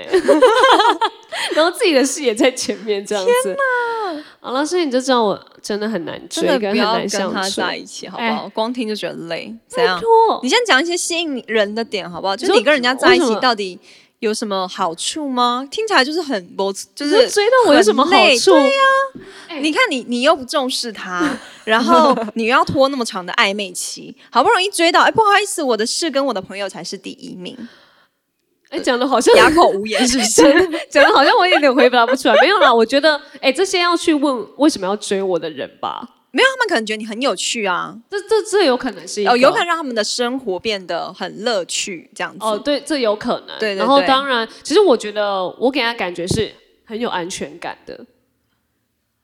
[SPEAKER 2] 然后自己的事也在前面，这样子。好了，所以你就知道我真的很难追，
[SPEAKER 1] 真的
[SPEAKER 2] 跟
[SPEAKER 1] 不
[SPEAKER 2] 很
[SPEAKER 1] 要
[SPEAKER 2] 难
[SPEAKER 1] 跟
[SPEAKER 2] 相
[SPEAKER 1] 他
[SPEAKER 2] 处。哎
[SPEAKER 1] 在一起，好不好？光听就觉得累，怎样
[SPEAKER 2] 拜？托，
[SPEAKER 1] 你先讲一些吸引人的点，好不好？就
[SPEAKER 2] 你说
[SPEAKER 1] 你跟人家在一
[SPEAKER 2] 为什
[SPEAKER 1] 起
[SPEAKER 2] 么
[SPEAKER 1] 到底有什么好处吗？听起来就是很不，就
[SPEAKER 2] 你说
[SPEAKER 1] 是
[SPEAKER 2] 追到我有什么好
[SPEAKER 1] 很累
[SPEAKER 2] 处？哎
[SPEAKER 1] 你看你，你又不重视他， 然后你又要拖那么长的暧昧期，好不容易追到，哎，不好意思，我的事跟我的朋友才是第一名，
[SPEAKER 2] 哎、讲的好像
[SPEAKER 1] 哑口无言，是不是？
[SPEAKER 2] 讲的好像我有点回答不出来。没有啦，我觉得哎、这些要去问为什么要追我的人吧。
[SPEAKER 1] 没有，他们可能觉得你很有趣啊，
[SPEAKER 2] 这这这有可能是一个
[SPEAKER 1] 哦，有可能让他们的生活变得很乐趣，这样子。
[SPEAKER 2] 哦，对，这有可能。
[SPEAKER 1] 对对
[SPEAKER 2] 然后
[SPEAKER 1] 对
[SPEAKER 2] 当然，其实我觉得我给他感觉是很有安全感的。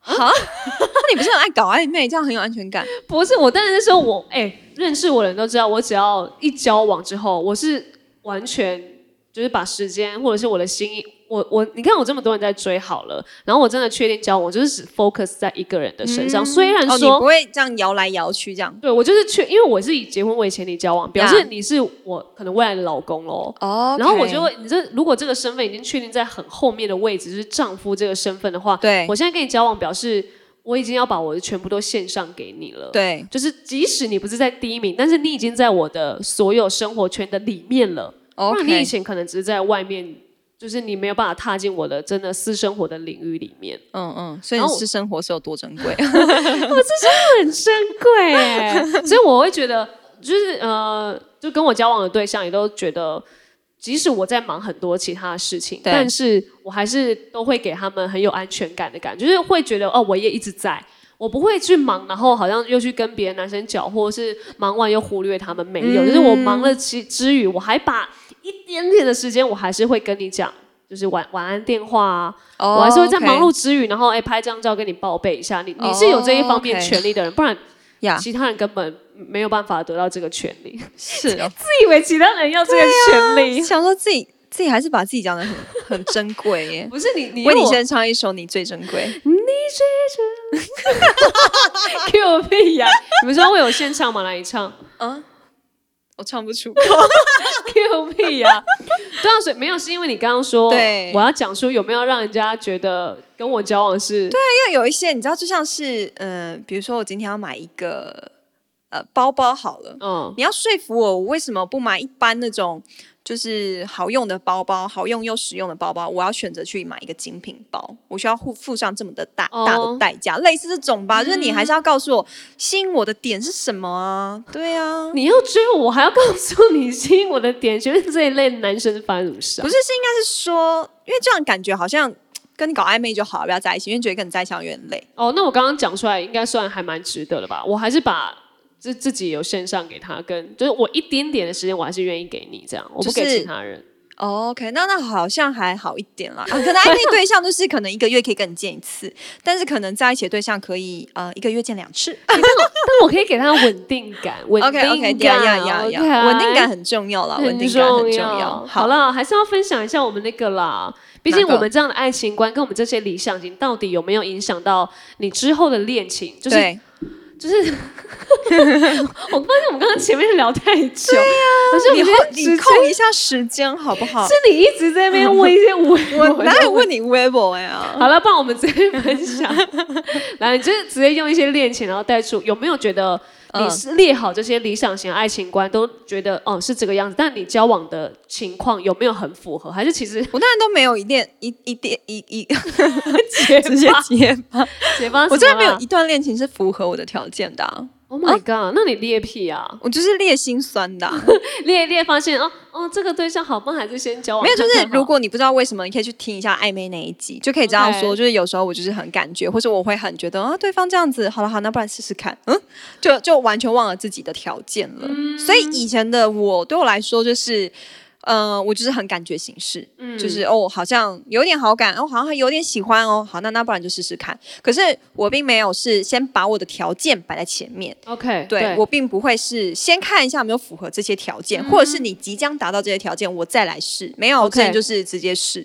[SPEAKER 1] 那你不是很爱搞暧昧，这样很有安全感？
[SPEAKER 2] 不是我，当然那时候我哎、认识我的人都知道，我只要一交往之后，我是完全就是把时间或者是我的心意，我我你看我这么多人在追好了，然后我真的确定交往，我就是只 focus 在一个人的身上。嗯虽然
[SPEAKER 1] 哦，你
[SPEAKER 2] 说
[SPEAKER 1] 不会这样摇来摇去这样。
[SPEAKER 2] 对我就是去，因为我是以结婚为前提交往，表示
[SPEAKER 1] Yeah
[SPEAKER 2] 你是我可能未来的老公喽。
[SPEAKER 1] 哦
[SPEAKER 2] 然后我就会，你这如果这个身份已经确定在很后面的位置，就是丈夫这个身份的话，
[SPEAKER 1] 对
[SPEAKER 2] 我现在跟你交往，表示我已经要把我的全部都献上给你了。，
[SPEAKER 1] 对，
[SPEAKER 2] 就是即使你不是在第一名，但是你已经在我的所有生活圈的里面了。
[SPEAKER 1] 哦
[SPEAKER 2] 不然你以前可能只是在外面，就是你没有办法踏进我的真的私生活的领域里面，
[SPEAKER 1] 嗯嗯，所以
[SPEAKER 2] 然
[SPEAKER 1] 你
[SPEAKER 2] 后我
[SPEAKER 1] 是生活是有多珍贵？
[SPEAKER 2] 很珍贵欸。 所以我会觉得，就是呃，就跟我交往的对象也都觉得。即使我在忙很多其他的事情，
[SPEAKER 1] 对
[SPEAKER 2] 但是我还是都会给他们很有安全感的感觉，就是会觉得哦，我也一直在，我不会去忙，然后好像又去跟别的男生搅和，或是忙完又忽略他们，没有，
[SPEAKER 1] 嗯
[SPEAKER 2] 就是我忙了其之余，我还把一点点的时间，我还是会跟你讲，就是晚晚安电话啊，
[SPEAKER 1] 哦
[SPEAKER 2] 我还是会在忙碌
[SPEAKER 1] OK
[SPEAKER 2] 之余，然后哎、拍张照跟你报备一下，你你是有这一方面
[SPEAKER 1] 哦，OK
[SPEAKER 2] 权利的人，不然
[SPEAKER 1] 呀，
[SPEAKER 2] 其他人根本没有办法得到这个权利。
[SPEAKER 1] 是哦，
[SPEAKER 2] 啊 自以为其他人要这个权利，
[SPEAKER 1] 想说自己自己还是把自己讲的很很珍贵 耶。
[SPEAKER 2] 啊不是你你
[SPEAKER 1] 为
[SPEAKER 2] 我
[SPEAKER 1] 你先唱一首《你最珍贵》，
[SPEAKER 2] Q 屁呀、你们知道我有现唱吗？来你 唱
[SPEAKER 1] 啊我唱不出口。
[SPEAKER 2] Q 屁呀、对啊，所以没有是因为你刚刚说，
[SPEAKER 1] 对
[SPEAKER 2] 我要讲说有没有让人家觉得跟我交往是对
[SPEAKER 1] 因为有一些你知道，就像是呃，比如说我今天要买一个呃包包好了，
[SPEAKER 2] 嗯
[SPEAKER 1] 你要说服我，我为什么不买一般那种就是好用的包包，好用又实用的包包，我要选择去买一个精品包，我需要付付上这么的大、大
[SPEAKER 2] 哦
[SPEAKER 1] 的代价，类似这种吧，就是你还是要告诉我吸引我的点是什么啊？对啊，
[SPEAKER 2] 你要追我，我还要告诉你吸引我的点，觉得这一类的男生是发生什么事啊
[SPEAKER 1] 不？是，是应该是说，因为这样感觉好像跟你搞暧昧就好了，不要在一起，因为觉得跟你在一起好像有点累。
[SPEAKER 2] 哦，那我刚刚讲出来，应该算还蛮值得的吧？我还是把自自己有献上给他，跟就是我一点点的时间，我还是愿意给你这样，我不给
[SPEAKER 1] 就是
[SPEAKER 2] 其他 人。
[SPEAKER 1] 哦 OK，那那好像还好一点啦。啊、可能暧昧对象就是可能一个月可以跟你见一次， 但是可能在一起的对象可以呃一个月见两次。
[SPEAKER 2] 但我可以给他稳定 感，稳定
[SPEAKER 1] OK
[SPEAKER 2] 感
[SPEAKER 1] OK，呀呀呀呀，
[SPEAKER 2] ，OK
[SPEAKER 1] 哦啊稳定感很重要啦，稳定感很
[SPEAKER 2] 重
[SPEAKER 1] 重
[SPEAKER 2] 要。
[SPEAKER 1] 好
[SPEAKER 2] 好
[SPEAKER 1] 了，
[SPEAKER 2] 了，还是要分享一下我们那个啦。毕竟
[SPEAKER 1] 哪个
[SPEAKER 2] 我们这样的爱情观跟我们这些理想型，到底有没有影响到你之后的恋情？就是
[SPEAKER 1] 对，
[SPEAKER 2] 就是 我发现我们刚刚前面聊太久，对呀、可是我
[SPEAKER 1] 你
[SPEAKER 2] 们
[SPEAKER 1] 后
[SPEAKER 2] 现在
[SPEAKER 1] 你
[SPEAKER 2] 直接
[SPEAKER 1] 扣一下时间好不 好？
[SPEAKER 2] 是你一直在那边问一些无
[SPEAKER 1] 哦我哪有
[SPEAKER 2] 问？
[SPEAKER 1] 问你 Weibo 呀？
[SPEAKER 2] 好了，不然我们直接分享。 来，你就是直接用一些恋情，然后带出有没有觉得你
[SPEAKER 1] 嗯
[SPEAKER 2] 是列好这些理想型爱情观，都觉得哦、是这个样子，但你交往的情况有没有很符合？还是其实
[SPEAKER 1] 我当然都没有一恋一一恋一一
[SPEAKER 2] 结
[SPEAKER 1] 直接结巴，
[SPEAKER 2] 结巴？
[SPEAKER 1] 我真的没有。一段恋情是符合我的条件的啊、
[SPEAKER 2] Oh my god！、那你裂屁啊，
[SPEAKER 1] 我就是列心酸的啊、
[SPEAKER 2] 裂一裂发现哦哦，这个对象好棒，还是先交往
[SPEAKER 1] 没有，就
[SPEAKER 2] 看
[SPEAKER 1] 是
[SPEAKER 2] 看好
[SPEAKER 1] 如果你不知道为什么，你可以去听一下暧昧那一集，就可以知道
[SPEAKER 2] OK
[SPEAKER 1] 说，就是有时候我就是很感觉，或者我会很觉得啊，对方这样子，好了好，那不然试试看，嗯，就就完全忘了自己的条件了。所以以前的我对我来说就是。呃，我就是很感觉形式，就是哦，好像有点好感，哦，好像还有点喜欢哦，好，那那不然就试试看。可是我并没有是先把我的条件摆在前面，
[SPEAKER 2] OK，
[SPEAKER 1] 对我并不会是先看一下有没有符合这些条件，或者是你即将达到这些条件，我再来试。没有，我
[SPEAKER 2] 嗯 OK
[SPEAKER 1] 之前就是直接试。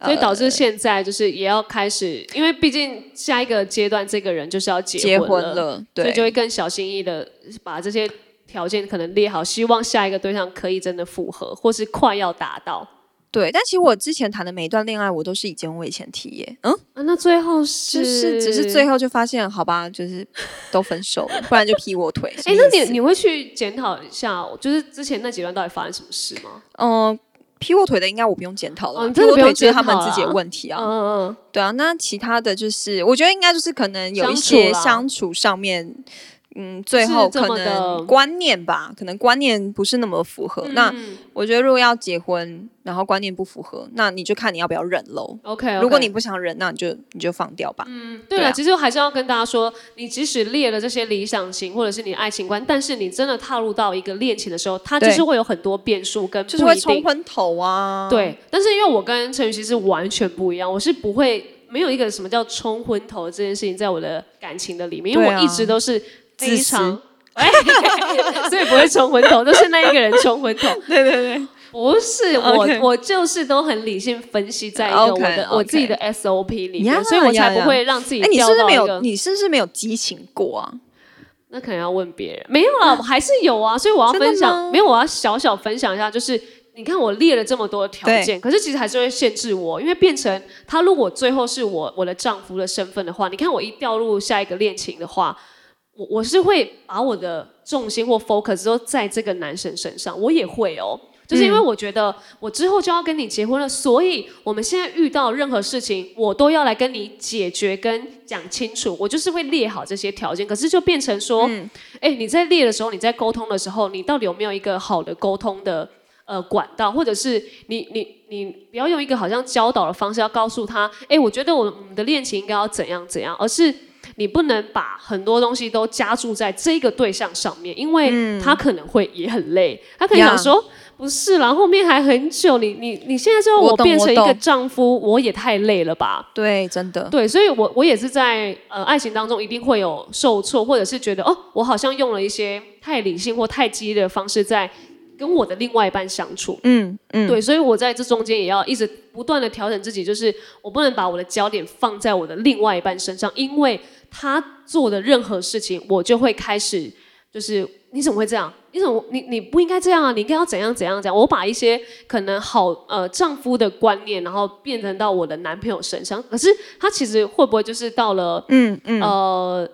[SPEAKER 1] 呃
[SPEAKER 2] 所以导致现在就是也要开始，因为毕竟下一个阶段这个人就是要
[SPEAKER 1] 结
[SPEAKER 2] 婚了，
[SPEAKER 1] 了，
[SPEAKER 2] 所以
[SPEAKER 1] 对
[SPEAKER 2] 就会更小心翼翼的把这些条件可能列好，希望下一个对象可以真的符合，或是快要达到。
[SPEAKER 1] 对。但其实我之前谈的每一段恋爱，我都是以结婚为前提耶。嗯，
[SPEAKER 2] 啊，那最后是
[SPEAKER 1] 就是只是最后就发现，好吧，就是都分手了，不然就劈我腿。什
[SPEAKER 2] 哎、
[SPEAKER 1] 么
[SPEAKER 2] 那
[SPEAKER 1] 意思
[SPEAKER 2] 你你会去检讨一下，就是之前那几段到底发生什么事吗？
[SPEAKER 1] 嗯。劈我腿的应该我不用检讨了吧，
[SPEAKER 2] 哦
[SPEAKER 1] 劈
[SPEAKER 2] 你真的
[SPEAKER 1] 我
[SPEAKER 2] 不用
[SPEAKER 1] 腿就是他
[SPEAKER 2] 检讨
[SPEAKER 1] 们
[SPEAKER 2] 啦
[SPEAKER 1] 自己的问题啊。
[SPEAKER 2] 嗯嗯
[SPEAKER 1] 对啊，那其他的就是，我觉得应该就是可能有一
[SPEAKER 2] 相
[SPEAKER 1] 些
[SPEAKER 2] 处啦
[SPEAKER 1] 相处上面，嗯，最后
[SPEAKER 2] 这么
[SPEAKER 1] 可
[SPEAKER 2] 的
[SPEAKER 1] 能观念吧，可能观念不是那么符合。
[SPEAKER 2] 嗯，
[SPEAKER 1] 那我觉得如果要结婚，然后观念不符合，那你就看你要不要忍喽。
[SPEAKER 2] OK，, o k
[SPEAKER 1] 如果你不想忍，那你就你就放掉吧。
[SPEAKER 2] 对
[SPEAKER 1] 对
[SPEAKER 2] 了，
[SPEAKER 1] 啊
[SPEAKER 2] 其实我还是要跟大家说，你即使列了这些理想型或者是你的爱情观，但是你真的踏入到一个恋情的时候，它就
[SPEAKER 1] 对
[SPEAKER 2] 是会有很多变数跟
[SPEAKER 1] 就是
[SPEAKER 2] 不
[SPEAKER 1] 会
[SPEAKER 2] 一
[SPEAKER 1] 冲
[SPEAKER 2] 定。
[SPEAKER 1] 昏头啊。，
[SPEAKER 2] 对，但是因为我跟陈雨希是完全不一样，我是不会没有一个什么叫冲昏头这件事情在我的感情的里面，因为
[SPEAKER 1] 对啊
[SPEAKER 2] 我一直都是非
[SPEAKER 1] 自私
[SPEAKER 2] 常。 哎，所以不会冲昏头，都是那一个人冲昏头。
[SPEAKER 1] 对对对，
[SPEAKER 2] 不是我
[SPEAKER 1] OK
[SPEAKER 2] 我就是都很理性分析在一个我的
[SPEAKER 1] OK，OK
[SPEAKER 2] 我自己的 SOP 里面
[SPEAKER 1] 呀
[SPEAKER 2] 所以我才
[SPEAKER 1] 呀呀
[SPEAKER 2] 不会让自己
[SPEAKER 1] 哎，你是
[SPEAKER 2] 掉
[SPEAKER 1] 不是
[SPEAKER 2] 到
[SPEAKER 1] 没
[SPEAKER 2] 一
[SPEAKER 1] 有？
[SPEAKER 2] 个。
[SPEAKER 1] 你是不是没有激情过啊？
[SPEAKER 2] 那可能要问别人，没有啦，我还是有啊，所以我要
[SPEAKER 1] 真的
[SPEAKER 2] 分享，
[SPEAKER 1] 吗
[SPEAKER 2] 没有，我要小小分享一下，就是你看我列了这么多条件，可是其实还是会限制我，因为变成他如果最后是我我的丈夫的身份的话，你看我一掉入下一个恋情的话，我我是会把我的重心或 focus 都在这个男生身上，我也会哦。就是因
[SPEAKER 1] 嗯
[SPEAKER 2] 为我觉得我之后就要跟你结婚了，所以我们现在遇到任何事情，我都要来跟你解决跟讲清楚。我就是会列好这些条件，可是就变成说，哎、你在列的时候，你在沟通的时候，你到底有没有一个好的沟通的呃管道，或者是你你你不要用一个好像教导的方式要告诉他，哎、我觉得我我们的恋情应该要怎样怎样，而是你不能把很多东西都加注在这个对象上面，因为他可能会也很累，他可能想说。不是啦，后面还很久。你你你现在就要
[SPEAKER 1] 我
[SPEAKER 2] 我
[SPEAKER 1] 懂
[SPEAKER 2] 变
[SPEAKER 1] 我
[SPEAKER 2] 成一个
[SPEAKER 1] 懂呃
[SPEAKER 2] 丈夫，我也太累了吧？
[SPEAKER 1] 对，真的。
[SPEAKER 2] 对，所以我我也是在呃爱情当中一定会有受挫，或者是觉得哦，我好像用了一些太理性或太激烈的方式在跟我的另外一半相处。
[SPEAKER 1] 嗯嗯，
[SPEAKER 2] 对，所以我在这中间也要一直不断的调整自己，就是我不能把我的焦点放在我的另外一半身上，因为他做的任何事情，我就会开始就是你怎么会这样？你怎么你你不应该这样啊？你应该要怎样怎样怎样？我把一些可能好呃丈夫的观念，然后变成到我的男朋友身上，可是他其实会不会就是到了
[SPEAKER 1] 嗯嗯，
[SPEAKER 2] 呃，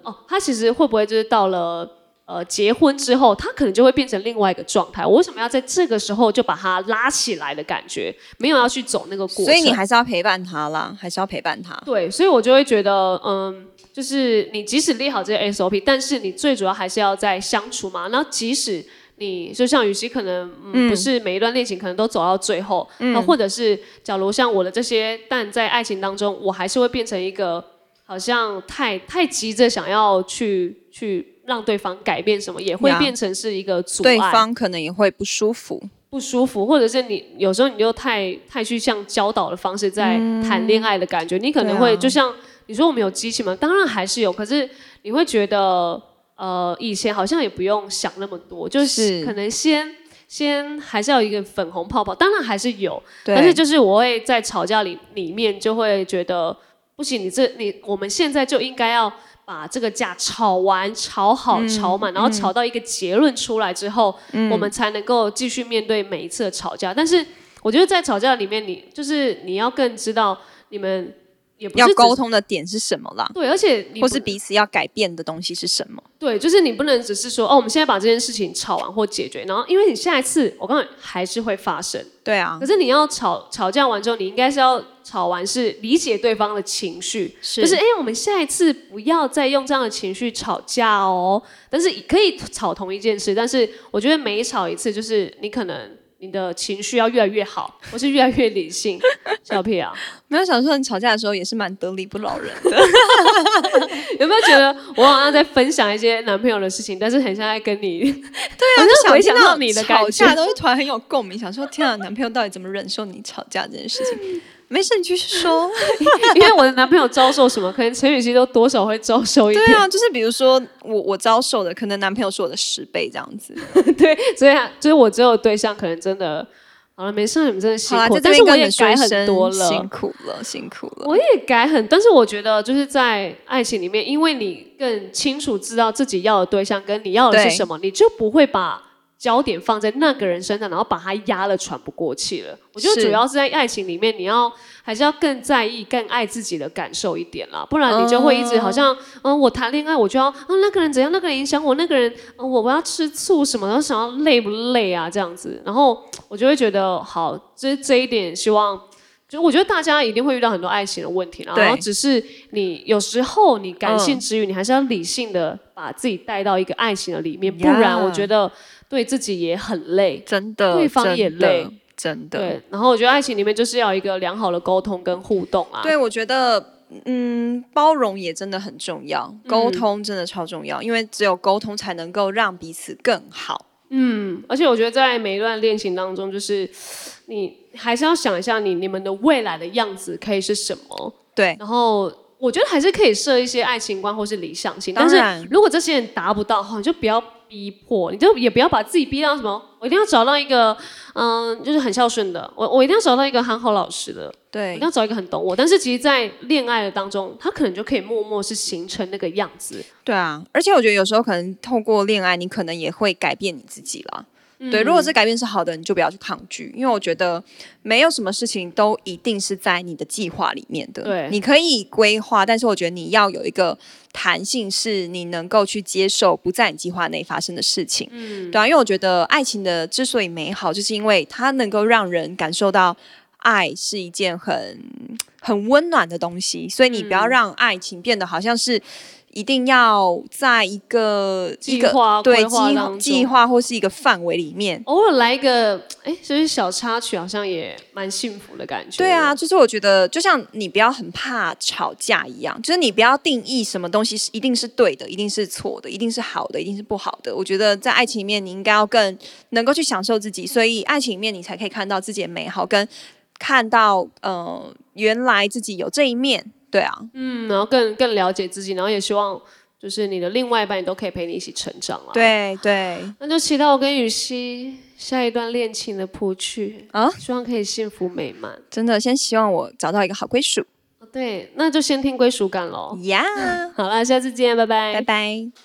[SPEAKER 2] 哦，他其实会不会就是到了呃结婚之后，他可能就会变成另外一个状态。我为什么要在这个时候就把他拉起来的感觉，没有要去走那个过程？
[SPEAKER 1] 所以你还是要陪伴他啦，还是要陪伴他。
[SPEAKER 2] 对，所以我就会觉得，嗯，就是你即使列好这些 SOP，但是你最主要还是要在相处嘛。然后即使你就像雨熙可能、嗯不是每一段恋情可能都走到最后，那、
[SPEAKER 1] 嗯
[SPEAKER 2] 或者是假如像我的这些，但在爱情当中，我还是会变成一个好像太太急着想要去去让对方改变什么，也会
[SPEAKER 1] 呀
[SPEAKER 2] 变成是一个阻
[SPEAKER 1] 对
[SPEAKER 2] 碍。
[SPEAKER 1] 方可能也会不舒服，
[SPEAKER 2] 不舒服，或者是你有时候你就太太去像教导的方式在谈恋爱的感觉，你可能会
[SPEAKER 1] 嗯对啊
[SPEAKER 2] 就像你说我们有激情吗？当然还是有，可是你会觉得呃，以前好像也不用想那么多，就是
[SPEAKER 1] 是
[SPEAKER 2] 可能先先还是要有一个粉红泡泡，当然还是有，
[SPEAKER 1] 对，
[SPEAKER 2] 但是就是我会在吵架里里面就会觉得不行，你这你我们现在就应该要把这个架吵完、吵好、
[SPEAKER 1] 嗯
[SPEAKER 2] 吵满，然后吵到一个结论出来之后，我们才能够继续面对每一次的吵架。但是我觉得在吵架里面你，就是你要更知道你们也不是
[SPEAKER 1] 要
[SPEAKER 2] 只是
[SPEAKER 1] 沟通的点是什么啦，
[SPEAKER 2] 对，而且你
[SPEAKER 1] 或
[SPEAKER 2] 不
[SPEAKER 1] 是彼此要改变的东西是什么？
[SPEAKER 2] 对，就是你不能只是说哦，我们现在把这件事情吵完或解决，然后因为你下一次我刚才还是会发生。
[SPEAKER 1] 对啊
[SPEAKER 2] 可，是你要吵吵架完之后，你应该是要吵完是理解对方的情绪，
[SPEAKER 1] 是
[SPEAKER 2] 就是哎、诶我们下一次不要再用这样的情绪吵架哦。但是可以吵同一件事，但是我觉得每吵一次，就是你可能你的情绪要越来越好，或是越来越理性。小屁啊，
[SPEAKER 1] 没有想说你吵架的时候也是蛮得理不饶 人的，
[SPEAKER 2] 有没有觉得我好像在分享一些男朋友的事情，但是很像在跟你
[SPEAKER 1] 对啊，就
[SPEAKER 2] 回
[SPEAKER 1] 听
[SPEAKER 2] 想到你的感
[SPEAKER 1] 吵
[SPEAKER 2] 觉
[SPEAKER 1] 架都会突然很有共鸣，想说天啊，男朋友到底怎么忍受你吵架这件事情？没事，你继续说。
[SPEAKER 2] 因为我的男朋友遭受什么，可能陈雨希都多少会遭受一点
[SPEAKER 1] 对。啊，就是比如说我我遭受的，可能男朋友是我的十倍这样子。
[SPEAKER 2] 对，所以啊就是我只有对象可能真的好了，没事，你们真的辛
[SPEAKER 1] 好啦，
[SPEAKER 2] 苦，
[SPEAKER 1] 在这
[SPEAKER 2] 但是
[SPEAKER 1] 边
[SPEAKER 2] 我
[SPEAKER 1] 跟你
[SPEAKER 2] 也
[SPEAKER 1] 们说
[SPEAKER 2] 改
[SPEAKER 1] 一
[SPEAKER 2] 很多
[SPEAKER 1] 声
[SPEAKER 2] 了
[SPEAKER 1] 辛。苦了，辛苦了。
[SPEAKER 2] 我也改很，但是我觉得就是在爱情里面，因为你更清楚知道自己要的对象跟你要的是
[SPEAKER 1] 对
[SPEAKER 2] 什么，你就不会把焦点放在那个人身上，然后把他压得喘不过气了。我觉得
[SPEAKER 1] 是
[SPEAKER 2] 主要是在爱情里面，你要还是要更在意、更爱自己的感受一点啦，不然你就会一直
[SPEAKER 1] 哦
[SPEAKER 2] 好像，嗯，我谈恋爱我就要，嗯，那个人怎样，那个人影响我，那个人，嗯，我我要吃醋什么，然后想要累不累啊这样子，然后我就会觉得好，这这一点希望。就我觉得大家一定会遇到很多爱情的问题啦，
[SPEAKER 1] 对
[SPEAKER 2] 然后只是你有时候你感性
[SPEAKER 1] 嗯
[SPEAKER 2] 之余，你还是要理性的把自己带到一个爱情的里面，不
[SPEAKER 1] 呀
[SPEAKER 2] 然我觉得对自己也很累。
[SPEAKER 1] 真的，
[SPEAKER 2] 对方
[SPEAKER 1] 真
[SPEAKER 2] 也
[SPEAKER 1] 的
[SPEAKER 2] 累，
[SPEAKER 1] 真的。
[SPEAKER 2] 对，然后我觉得爱情里面就是要有一个良好的沟通跟互动啊。
[SPEAKER 1] 对，我觉得，嗯，包容也真的很重要，沟通真的超重要，因为只有沟通才能够让彼此更好。
[SPEAKER 2] 嗯，而且我觉得在每一段恋情当中，就是你还是要想一下你你们的未来的样子可以是什么。
[SPEAKER 1] 对，
[SPEAKER 2] 然后我觉得还是可以设一些爱情观或是理想型，但
[SPEAKER 1] 当
[SPEAKER 2] 是
[SPEAKER 1] 然
[SPEAKER 2] 如果这些人达不到的话，你就不要逼迫，你就也不要把自己逼到什么，我一定要找到一个，嗯，就是很孝顺的，我我一定要找到一个很好老实的，我一
[SPEAKER 1] 对
[SPEAKER 2] 定，要找一个很懂我。但是其实，在恋爱的当中，他可能就可以默默是形成那个样子。
[SPEAKER 1] 对啊，而且我觉得有时候可能透过恋爱，你可能也会改变你自己啦。对，如果这改变是好的，你就不要去抗拒，因为我觉得没有什么事情都一定是在你的计划里面的。
[SPEAKER 2] 对
[SPEAKER 1] 你可以规划，但是我觉得你要有一个弹性，是你能够去接受不在你计划内发生的事情。嗯，对啊，因为我觉得爱情的之所以美好，就是因为它能够让人感受到爱是一件很很温暖的东西，所以你
[SPEAKER 2] 嗯
[SPEAKER 1] 不要让爱情变得好像是一定要在一个一
[SPEAKER 2] 计
[SPEAKER 1] 个
[SPEAKER 2] 划
[SPEAKER 1] 对
[SPEAKER 2] 规划当
[SPEAKER 1] 计计
[SPEAKER 2] 中。
[SPEAKER 1] 划或是一个范围里面。
[SPEAKER 2] 偶尔来一个，哎，就是小插曲，好像也蛮幸福的感觉。
[SPEAKER 1] 对啊，，就是我觉得，就像你不要很怕吵架一样，就是你不要定义什么东西是一定是对的，一定是错的，一定是好的，一定是不好的。我觉得在爱情里面，你应该要更能够去享受自己，所以爱情里面你才可以看到自己的美好，跟看到呃原来自己有这一面。对啊，
[SPEAKER 2] 嗯，然后更更了解自己，然后也希望就是你的另外一半也都可以陪你一起成长啊啦。，
[SPEAKER 1] 对对，
[SPEAKER 2] 那就期待我跟雨熙下一段恋情的谱曲
[SPEAKER 1] 啊
[SPEAKER 2] 希望可以幸福美满。
[SPEAKER 1] 真的，先希望我找到一个好归属
[SPEAKER 2] 哦对，那就先听归属感喽。
[SPEAKER 1] 呀。
[SPEAKER 2] 好啦，下次见，拜拜。
[SPEAKER 1] 拜拜。